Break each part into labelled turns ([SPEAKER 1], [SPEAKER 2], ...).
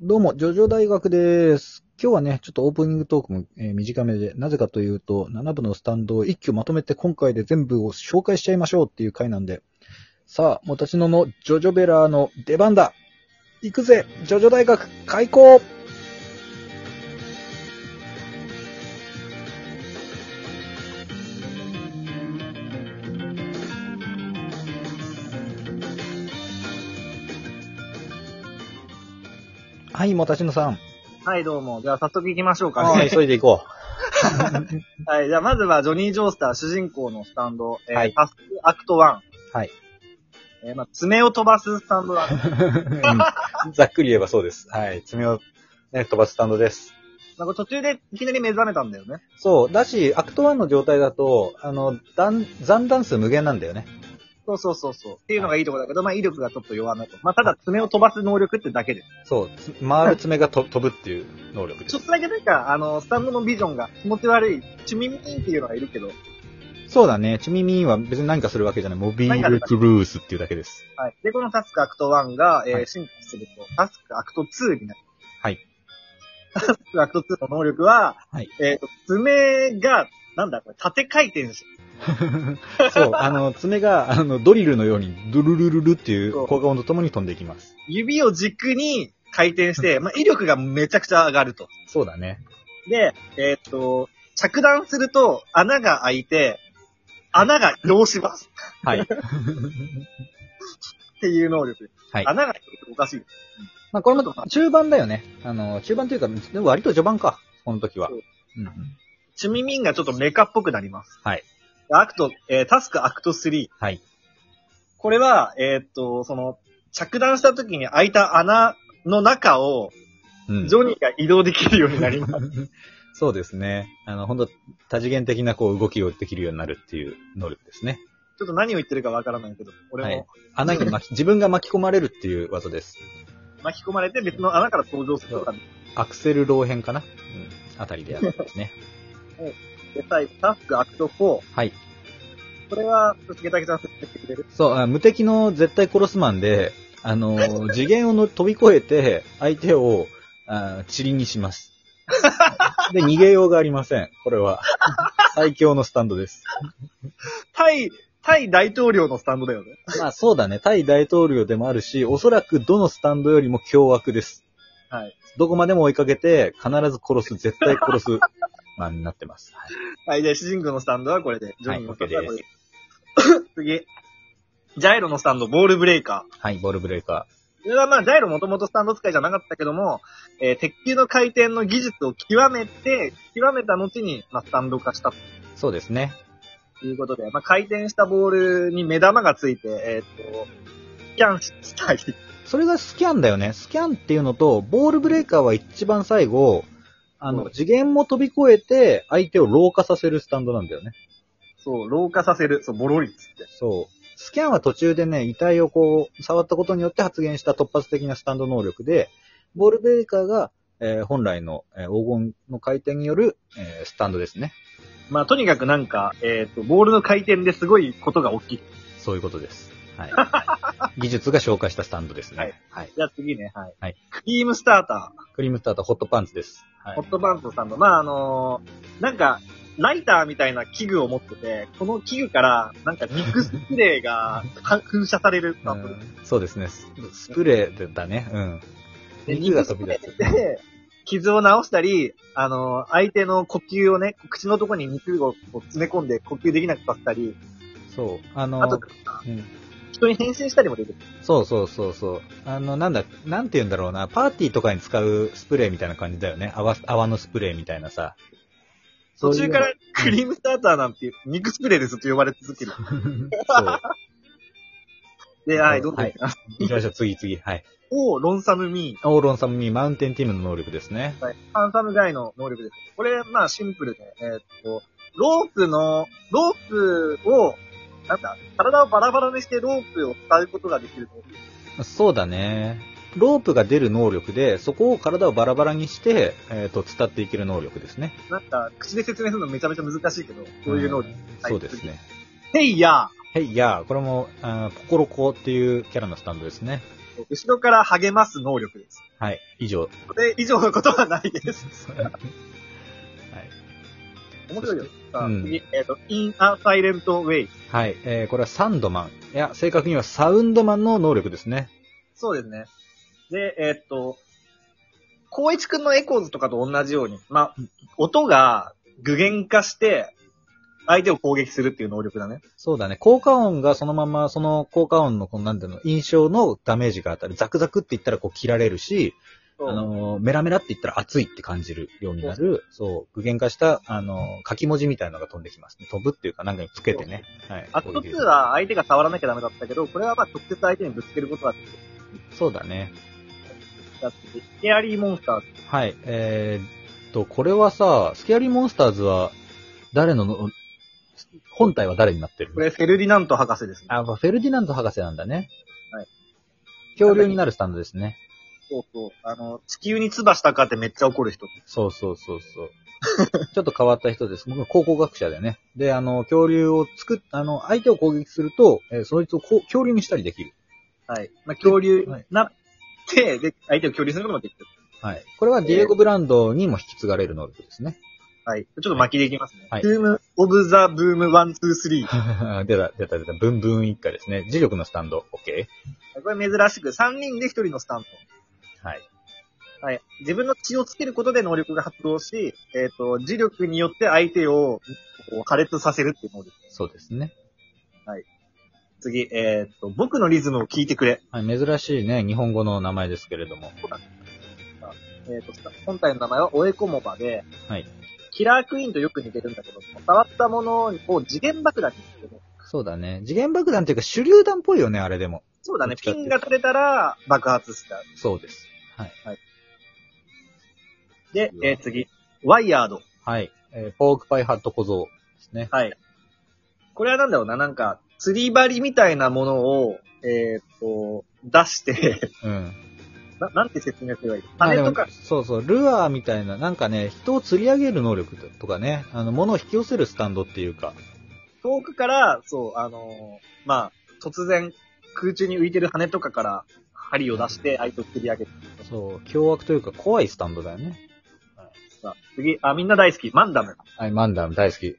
[SPEAKER 1] どうも、ジョジョ大学です。今日はね、ちょっとオープニングトークも、えー短めで、なぜかというと、7部のスタンドを一挙まとめて今回で全部を紹介しちゃいましょうっていう回なんで、さあ、もたちののジョジョベラーの出番だ行くぜジョジョ大学開校はい、もたちのさん。
[SPEAKER 2] はい、どうも。じゃあ、早速行きましょうか
[SPEAKER 3] は
[SPEAKER 2] ね。
[SPEAKER 3] い、急いでいこ
[SPEAKER 2] はい。じゃあ、まずは、ジョニー・ジョースター、主人公のスタンド、えー
[SPEAKER 1] はい
[SPEAKER 2] タスクアクト1。
[SPEAKER 1] はい。
[SPEAKER 2] えーまあ、爪を飛ばすスタンドだ。ま
[SPEAKER 3] う。 ざっくり言えばそうです。はい、爪を、ね、飛ばすスタンドです。
[SPEAKER 2] あこれ途中でいきなり目覚めたんだよね。
[SPEAKER 3] そう、だし、
[SPEAKER 1] アクト1の状態だと、あの、段残弾数無限なんだよね。
[SPEAKER 2] そうそうそうそう。っていうのがいいとこだけど、まあ、威力がちょっと弱めと。まあ、ただ、爪を飛ばす能力ってだけで。
[SPEAKER 1] そう、つ回る爪がと 飛ぶっていう能力で
[SPEAKER 2] ちょっ
[SPEAKER 1] す。
[SPEAKER 2] とだけなんか、あの、スタンドのビジョンが気持ち悪い、チュミミンっていうのがいるけど、
[SPEAKER 1] そうだね。チュミミンは別に何かするわけじゃない。モビールクルースっていうだけです。
[SPEAKER 2] はい。で、このタスクアクト1が、え
[SPEAKER 1] は
[SPEAKER 2] ー、
[SPEAKER 1] い
[SPEAKER 2] 進化すると、タスクアクト2になる。
[SPEAKER 1] はい。
[SPEAKER 2] タスクアクト2の能力は、
[SPEAKER 1] はい
[SPEAKER 2] えっ、と、爪が、なんだこれ、縦回転し、
[SPEAKER 1] そう、あの、爪が、あの、ドリルのように、ドゥルルルルっていう
[SPEAKER 2] そう
[SPEAKER 1] 効果音とともに飛んでいきます。
[SPEAKER 2] 指を軸に回転して、まあ、威力がめちゃくちゃ上がると。
[SPEAKER 1] そうだね。
[SPEAKER 2] で、えっ、と、着弾すると穴が開いて、穴が移動します。
[SPEAKER 1] はい。
[SPEAKER 2] っていう能力。
[SPEAKER 1] はい
[SPEAKER 2] 穴が移動っておかしい。
[SPEAKER 1] まあ、これも中盤だよね。あの、中盤というか、でも割と序盤か。この時は。
[SPEAKER 2] そう
[SPEAKER 1] うんうん。
[SPEAKER 2] チュミミンがちょっとメカっぽくなります。
[SPEAKER 1] はい。
[SPEAKER 2] アクト、えータスクアクト3。
[SPEAKER 1] はい。
[SPEAKER 2] これは、えーっと、その、着弾した時に開いた穴の中を、
[SPEAKER 1] うん
[SPEAKER 2] ジョニーが移動できるようになります。
[SPEAKER 1] そうですね。あの、本当多次元的なこう動きをできるようになるっていう能力ですね。
[SPEAKER 2] ちょっと何を言ってるかわからないけど、俺
[SPEAKER 1] はい
[SPEAKER 2] も
[SPEAKER 1] 穴に 巻き、自分が巻き込まれるっていう技です。
[SPEAKER 2] 巻き込まれて別の穴から登場することができ
[SPEAKER 1] アクセルロー編かなうん。あたりでやる んですね。
[SPEAKER 2] る。で、最後、タスクアクト4。こ
[SPEAKER 1] はい。
[SPEAKER 2] れは、竹竹ちゃん説明してくれる。
[SPEAKER 1] そう、あ無敵の絶対殺すマンで、あのー、 次元をの飛び越えて、相手を、あー塵にし ます。で、逃げようがありません。これは。最強のスタンドです。
[SPEAKER 2] タイ、タイ大統領のスタンドだよね。
[SPEAKER 1] まあそうだね。対大統領でもあるし、おそらくどのスタンドよりも凶悪です。
[SPEAKER 2] はい。
[SPEAKER 1] どこまでも追いかけて、必ず殺す、絶対殺す、マンになってます。はい
[SPEAKER 2] はい、で、主人公のスタンドはこれで、ジョニーのスタンドはこれで。 次。ジャイロのスタンド、ボールブレイカー。
[SPEAKER 1] はい、ボールブレイカ
[SPEAKER 2] これはまあ、ジャイロもともとスタンド使いじゃなかったけども、えー鉄球の回転の技術を極めて、極めた後に、まあ、スタンド化したと
[SPEAKER 1] ー。そうですね。
[SPEAKER 2] いうことで、まあ、回転したボールに目玉がついて、えーっと、スキャンしたり。
[SPEAKER 1] それがスキャンだよね。スキャンっていうのと、ボールブレーカーは一番最後、あ
[SPEAKER 2] う
[SPEAKER 1] の、
[SPEAKER 2] ん
[SPEAKER 1] 次元も飛び越えて、相手を老化させるスタンドなんだよね。
[SPEAKER 2] そう、老化させる。そう、ボロリっつって。
[SPEAKER 1] そう。スキャンは途中でね、遺体をこう、触ったことによって発現した突発的なスタンド能力で、ボールブレーカーが、えー本来の、えー黄金の回転による、えースタンドですね。
[SPEAKER 2] まあ、とにかくなんか、えーっと、ボールの回転ですごいことが大きい。
[SPEAKER 1] そういうことです。はい。 技術が紹介したスタンドですね。
[SPEAKER 2] はい。
[SPEAKER 1] はい。
[SPEAKER 2] じゃあ次ね、はい。
[SPEAKER 1] はい
[SPEAKER 2] クリームスタータ
[SPEAKER 1] クリームスターとホットパンツです。は
[SPEAKER 2] ー、
[SPEAKER 1] い
[SPEAKER 2] ホットバンドさんの、まあ、あのーなんか、ライターみたいな器具を持ってて、この器具から、なんか肉スプレー が噴射されるスタンド
[SPEAKER 1] うんそうですね。ススプレーだね。うん。
[SPEAKER 2] で
[SPEAKER 1] 肉が飛び出す
[SPEAKER 2] 肉スプレーで、傷を治したり、あのー相手の呼吸をね、口のとこに肉をこう詰め込んで呼吸できなくさせたり、
[SPEAKER 1] そう。あの、
[SPEAKER 2] あと、
[SPEAKER 1] うん
[SPEAKER 2] 人に変身したりもできる。
[SPEAKER 1] そうそうそうそう。あの、なんだ、なんて言うんだろうな。パーティーとかに使うスプレーみたいな感じだよね。泡、泡のスプレーみたいなさ。
[SPEAKER 2] 途中から
[SPEAKER 1] ん
[SPEAKER 2] クリームスターターなんていう、肉スプレーですと呼ばれ続ける。
[SPEAKER 1] そういうの。そう。
[SPEAKER 2] で、はい、どんどん
[SPEAKER 1] は
[SPEAKER 2] 行
[SPEAKER 1] い
[SPEAKER 2] きます。
[SPEAKER 1] 行きましょう。次、次。はい。
[SPEAKER 2] おーロンサムミー。
[SPEAKER 1] オーロンサムミーマウンテンティームの能力ですね。
[SPEAKER 2] はい。ハンサムガイの能力です。これ、まあ、シンプルで、えーっと、ロープの、ロープを、なんだ、体をバラバラにしてロープを使うことができる能力。
[SPEAKER 1] そうだね。ロープが出る能力で、そこを体をバラバラにして、えっ、と、伝っていける能力ですね。
[SPEAKER 2] なんか、口で説明するのめちゃめちゃ難しいけど、そういう能力。
[SPEAKER 1] んそうですね。
[SPEAKER 2] ヘイヤー
[SPEAKER 1] はい、いやー、これも、あーポコロコっていうキャラのスタンドですね。
[SPEAKER 2] と、後ろから励ます能力です。
[SPEAKER 1] はい。以上。
[SPEAKER 2] それ以上のことはないです。面白いよ。さあ、
[SPEAKER 1] うん
[SPEAKER 2] 次、えっ、と、in a silent way。
[SPEAKER 1] はい。えー、これはサンドマン。いや、正確にはサウンドマンの能力ですね。
[SPEAKER 2] そうですね。で、えっと、光一くんのエコーズとかと同じように、まあ、音が具現化して、相手を攻撃するっていう能力だね。
[SPEAKER 1] そうだね。効果音がそのまま、その効果音の、このなんていうの、印象のダメージが当たる。ザクザクって言ったらこう切られるし、あのー、メラメラって言ったら熱いって感じるようになる、そう、具現化した、あのー、書き文字みたいなのが飛んできますね。飛ぶっていうか、なんかにつけてね。はい。
[SPEAKER 2] アット2は相手が触らなきゃダメだったけど、これはまあ直接相手にぶつけることができる。
[SPEAKER 1] そうだね。
[SPEAKER 2] だってスケアリーモンスターズ。
[SPEAKER 1] はい。えー、っと、これはさ、スケアリーモンスターズは、誰のの、本体は誰になってる
[SPEAKER 2] これ、フェルディナント博士ですね。
[SPEAKER 1] あ、フェルディナンド博士なんだね。
[SPEAKER 2] はい。
[SPEAKER 1] 恐竜になるスタンドですね。
[SPEAKER 2] そうそう。あの、地球に唾したかってめっちゃ怒る人。
[SPEAKER 1] そうそうそう そう。ちょっと変わった人です。僕は考古学者でね。で、あの、恐竜を作っ、あの、相手を攻撃すると、えーそいつをこう恐竜にしたりできる。
[SPEAKER 2] はい。まあ、恐竜になって、で、相手を恐竜することもできる。
[SPEAKER 1] はい。これはディエゴ・ブランドにも引き継がれる能力 ですね。
[SPEAKER 2] はい。ちょっと巻きでいきますね。
[SPEAKER 1] はい
[SPEAKER 2] ブーム、オブザ、ブーム、ワン、ツー、スリー。
[SPEAKER 1] 出た、出た、出た。ブンブン一家ですね。磁力のスタンド。OK?
[SPEAKER 2] これ珍しく、3人で1人のスタン
[SPEAKER 1] はい。
[SPEAKER 2] ト。はい。自分の血をつけることで能力が発動し、えっ、と、磁力によって相手をこう破裂させるっていう能力。
[SPEAKER 1] そうですね。
[SPEAKER 2] 次、えっ、と、僕のリズムを聞いてくれ。
[SPEAKER 1] はい、珍しいね、日本語の名前ですけれども。
[SPEAKER 2] えっ、と、本体の名前はオエコモバで、
[SPEAKER 1] はい。
[SPEAKER 2] キラークイーンとよく似てるんだけど、触ったものを次元爆弾にする。
[SPEAKER 1] そうだね。次元爆弾っていうか手榴弾っぽいよね、あれでも。
[SPEAKER 2] そうだ
[SPEAKER 1] ど
[SPEAKER 2] ね。
[SPEAKER 1] っちか
[SPEAKER 2] ピ
[SPEAKER 1] っていう
[SPEAKER 2] ン
[SPEAKER 1] と
[SPEAKER 2] が取れたら爆発しちゃう。
[SPEAKER 1] そうです。はい。
[SPEAKER 2] で
[SPEAKER 1] う、わ
[SPEAKER 2] えー次。ワイヤード。
[SPEAKER 1] はい。えーポークパイハット小僧ですね。
[SPEAKER 2] はい。これはなんだろうな、なんか、釣り針みたいなものを、えーっと、出して、
[SPEAKER 1] うん。
[SPEAKER 2] ななんて説明すればいい
[SPEAKER 1] あで
[SPEAKER 2] 羽根
[SPEAKER 1] も
[SPEAKER 2] とか、
[SPEAKER 1] そうそう、ルアーみたいな、なんかね、人を釣り上げる能力とかね、あの、物を引き寄せるスタンドっていうか、
[SPEAKER 2] 遠くから、そう、あのーまあ、突然、空中に浮いてる羽とかから、針を出して、相手を釣り上げる。
[SPEAKER 1] そう、凶悪というか怖いスタンドだよね。
[SPEAKER 2] さあ次、あ、みんな大好き、マンダム。
[SPEAKER 1] はい、マンダム大好き。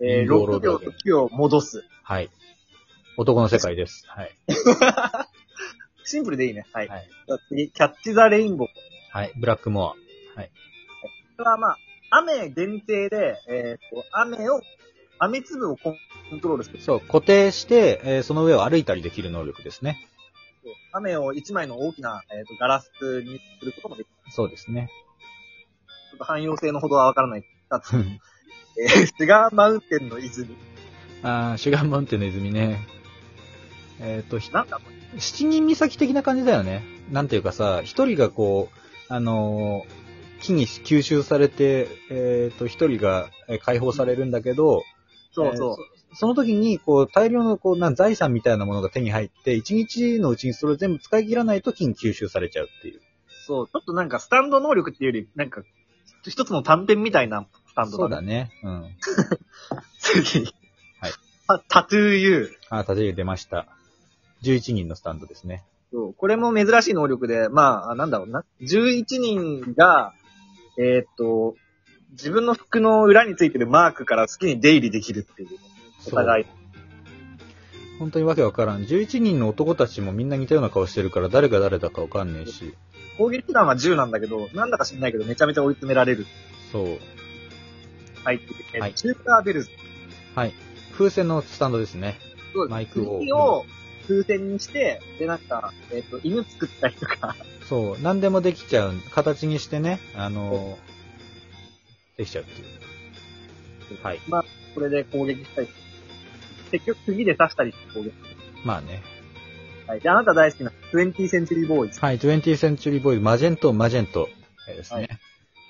[SPEAKER 2] えー、
[SPEAKER 1] ロール
[SPEAKER 2] 6秒
[SPEAKER 1] ロール
[SPEAKER 2] と9を戻す。
[SPEAKER 1] はい。男の世界です。はい。
[SPEAKER 2] シンプルでいいね。はい。
[SPEAKER 1] はい。
[SPEAKER 2] さあ次、キャッチザレインボー。こ
[SPEAKER 1] はい、ブラックモ
[SPEAKER 2] れはまあ、雨限定で、えーっと、雨を、雨粒をコンコントロールする
[SPEAKER 1] ア。。そう、固定して、えーその上を歩いたりできる能力ですね。
[SPEAKER 2] 雨を一枚の大きな、えー、とガラスにすることもできる。
[SPEAKER 1] そうですね。
[SPEAKER 2] ちょっと汎用性のほどはわからない。二つえー、シュガーマウンテンの泉。
[SPEAKER 1] あーシュガーマウンテンの泉ね。えっ、と、ひ
[SPEAKER 2] なんだこれ
[SPEAKER 1] 七人岬的な感じだよね。なんていうかさ、一人がこう、あのー木に吸収されて、えっ、と、一人がえー解放されるんだけど、
[SPEAKER 2] そうそう。
[SPEAKER 1] そその時に、こう、大量の、こう、なん、財産みたいなものが手に入って、一日のうちにそれを全部使い切らないと木に吸収されちゃうっていう。
[SPEAKER 2] そう、ちょっとなんかスタンド能力っていうより、なんか、一つの短編みたいなスタンド
[SPEAKER 1] そう
[SPEAKER 2] だ、
[SPEAKER 1] だ
[SPEAKER 2] ね。
[SPEAKER 1] ね。うん。
[SPEAKER 2] 次。
[SPEAKER 1] はい
[SPEAKER 2] あ。タトゥーユー。
[SPEAKER 1] あー、立ち出ました。11人のスタンドですね。
[SPEAKER 2] そう、これも珍しい能力で、まあ、あなんだろうな。11人が、えーっと、自分の服の裏についてるマークから好きに出入りできるっていう。お互い。
[SPEAKER 1] 本当にわけわからん。11人の男たちもみんな似たような顔してるから、誰が誰だかわかんねえし。
[SPEAKER 2] 攻撃手段は10なんだけど、なんだか知んないけど、めちゃめちゃ追い詰められる。
[SPEAKER 1] そう。
[SPEAKER 2] はい。え
[SPEAKER 1] は
[SPEAKER 2] ー
[SPEAKER 1] い
[SPEAKER 2] チューターベルズ。
[SPEAKER 1] はい。風船のスタンドですね。マイクを
[SPEAKER 2] 釘を風船にして、で、なんか、えっ、と、犬作ったりとか、
[SPEAKER 1] そう。何でもできちゃう。形にしてね。あのーできちゃうっていう。はい。
[SPEAKER 2] それで攻撃したり。結局、釘で刺したりして攻撃。
[SPEAKER 1] まあね。
[SPEAKER 2] はい。で、あなた大好きな、20センチュリーボーイズ。
[SPEAKER 1] はい。20 Century Boy、マジェント、マジェント。えーですね。
[SPEAKER 2] はい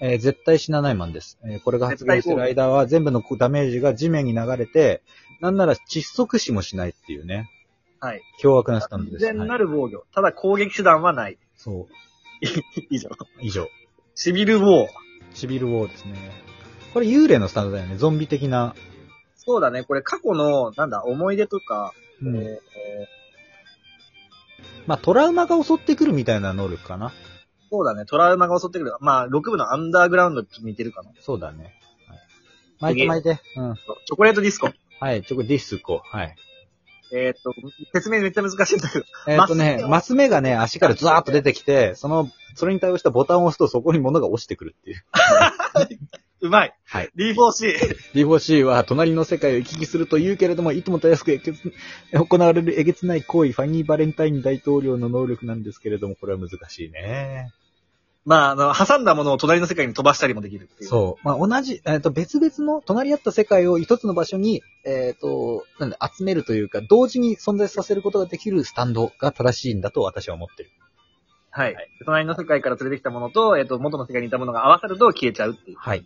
[SPEAKER 1] えー絶対死なないマンです。えーこれが発動してる間は全部のダメージが地面に流れて、なんなら窒息死もしないっていうね。
[SPEAKER 2] はい。
[SPEAKER 1] 凶悪なスタンドで
[SPEAKER 2] 自
[SPEAKER 1] す。
[SPEAKER 2] 然な
[SPEAKER 1] はい、
[SPEAKER 2] る防御。ただ攻撃手段はない。
[SPEAKER 1] そう。
[SPEAKER 2] 以上。
[SPEAKER 1] 以上。
[SPEAKER 2] シビルウォー。
[SPEAKER 1] シビルウォーですね。これ幽霊のスタンドだよね。ゾンビ的な。
[SPEAKER 2] そうだね、これ過去の、なんだ、思い出とか、えーえー
[SPEAKER 1] まあ、トラウマが襲ってくるみたいな能力かな。
[SPEAKER 2] そうだね、トラウマが襲ってくる。まあ、6部のアンダーグラウンドと似てるかな。
[SPEAKER 1] そうだね。はい、巻いて巻いて。うん。
[SPEAKER 2] チョコレートディスコ。
[SPEAKER 1] はい、ちょ、ディスコ。はい。
[SPEAKER 2] えーっと、説明めっちゃ難しいんだけど。
[SPEAKER 1] えーっとね、マ
[SPEAKER 2] マ
[SPEAKER 1] ス目がね、足からズワーッと出てきて、その、それに対応したボタンを押すとそこに物が落ちてくるっていう。
[SPEAKER 2] うまい。
[SPEAKER 1] はい。
[SPEAKER 2] D4C。
[SPEAKER 1] D4C は隣の世界を行き来すると言うけれども、いつもたやすくえげつ行われるえげつない行為、ファニー・バレンタイン大統領の能力なんですけれども、これは難しいね。
[SPEAKER 2] まあ、あの、挟んだものを隣の世界に飛ばしたりもできるっていう。
[SPEAKER 1] そう。まあ、同じ、えっ、と、別々の隣り合った世界を一つの場所に、えっ、と、なんだ集めるというか、同時に存在させることができるスタンドが正しいんだと私は思ってる。
[SPEAKER 2] はい。隣の世界から連れてきたものと、えっ、と、元の世界にいたものが合わさると消えちゃうっていう。
[SPEAKER 1] はい。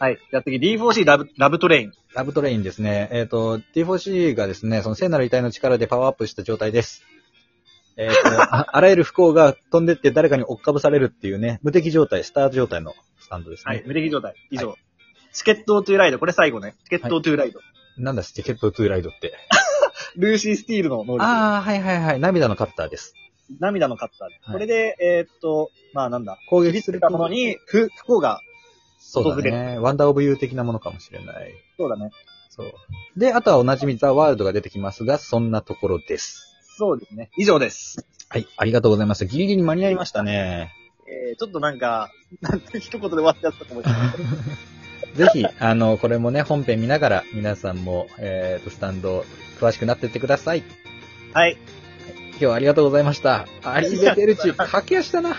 [SPEAKER 2] はい。じゃあ次、D4C ラブ、ラブトレイン。
[SPEAKER 1] ラブトレインですね。えっ、と、D4C がですね、その聖なる遺体の力でパワーアップした状態です。えっ、とあ、あらゆる不幸が飛んでって誰かに追っかぶされるっていうね、無敵状態、スター状態のスタンドです
[SPEAKER 2] はい
[SPEAKER 1] ね。。
[SPEAKER 2] 無敵状態。以上。チケットトゥーライド。これ最後ね。チケットトゥーライド。
[SPEAKER 1] なんだっけ、ケットトゥーライドって。
[SPEAKER 2] ルーシー・スティールの能力。
[SPEAKER 1] ああ、はいはいはい。涙のカッターです。
[SPEAKER 2] 涙のカッターで
[SPEAKER 1] はい
[SPEAKER 2] これで、えーっと、まあなんだ。
[SPEAKER 1] 攻
[SPEAKER 2] 攻
[SPEAKER 1] 撃
[SPEAKER 2] 撃
[SPEAKER 1] す
[SPEAKER 2] す
[SPEAKER 1] る
[SPEAKER 2] る
[SPEAKER 1] と
[SPEAKER 2] ものに不、不幸が、
[SPEAKER 1] そうだ
[SPEAKER 2] 訪
[SPEAKER 1] ね。ワンダーオブユー的なものかもしれない。
[SPEAKER 2] そうだね。
[SPEAKER 1] そう。で、あとはおなじみザ・ワールドが出てきますが、そんなところです。
[SPEAKER 2] そうですね。以上です。
[SPEAKER 1] はい。ありがとうございました。ギリギリ間に合いましたね。
[SPEAKER 2] えー、ちょっとなんか、なんて一言で終わっちゃったかもしれない。
[SPEAKER 1] ぜひ、あの、これもね、本編見ながら、皆さんも、えーと、スタンド、詳しくなってってください。
[SPEAKER 2] はい。
[SPEAKER 1] 今日はありがとうございました。ありがてるち、駆け足だな。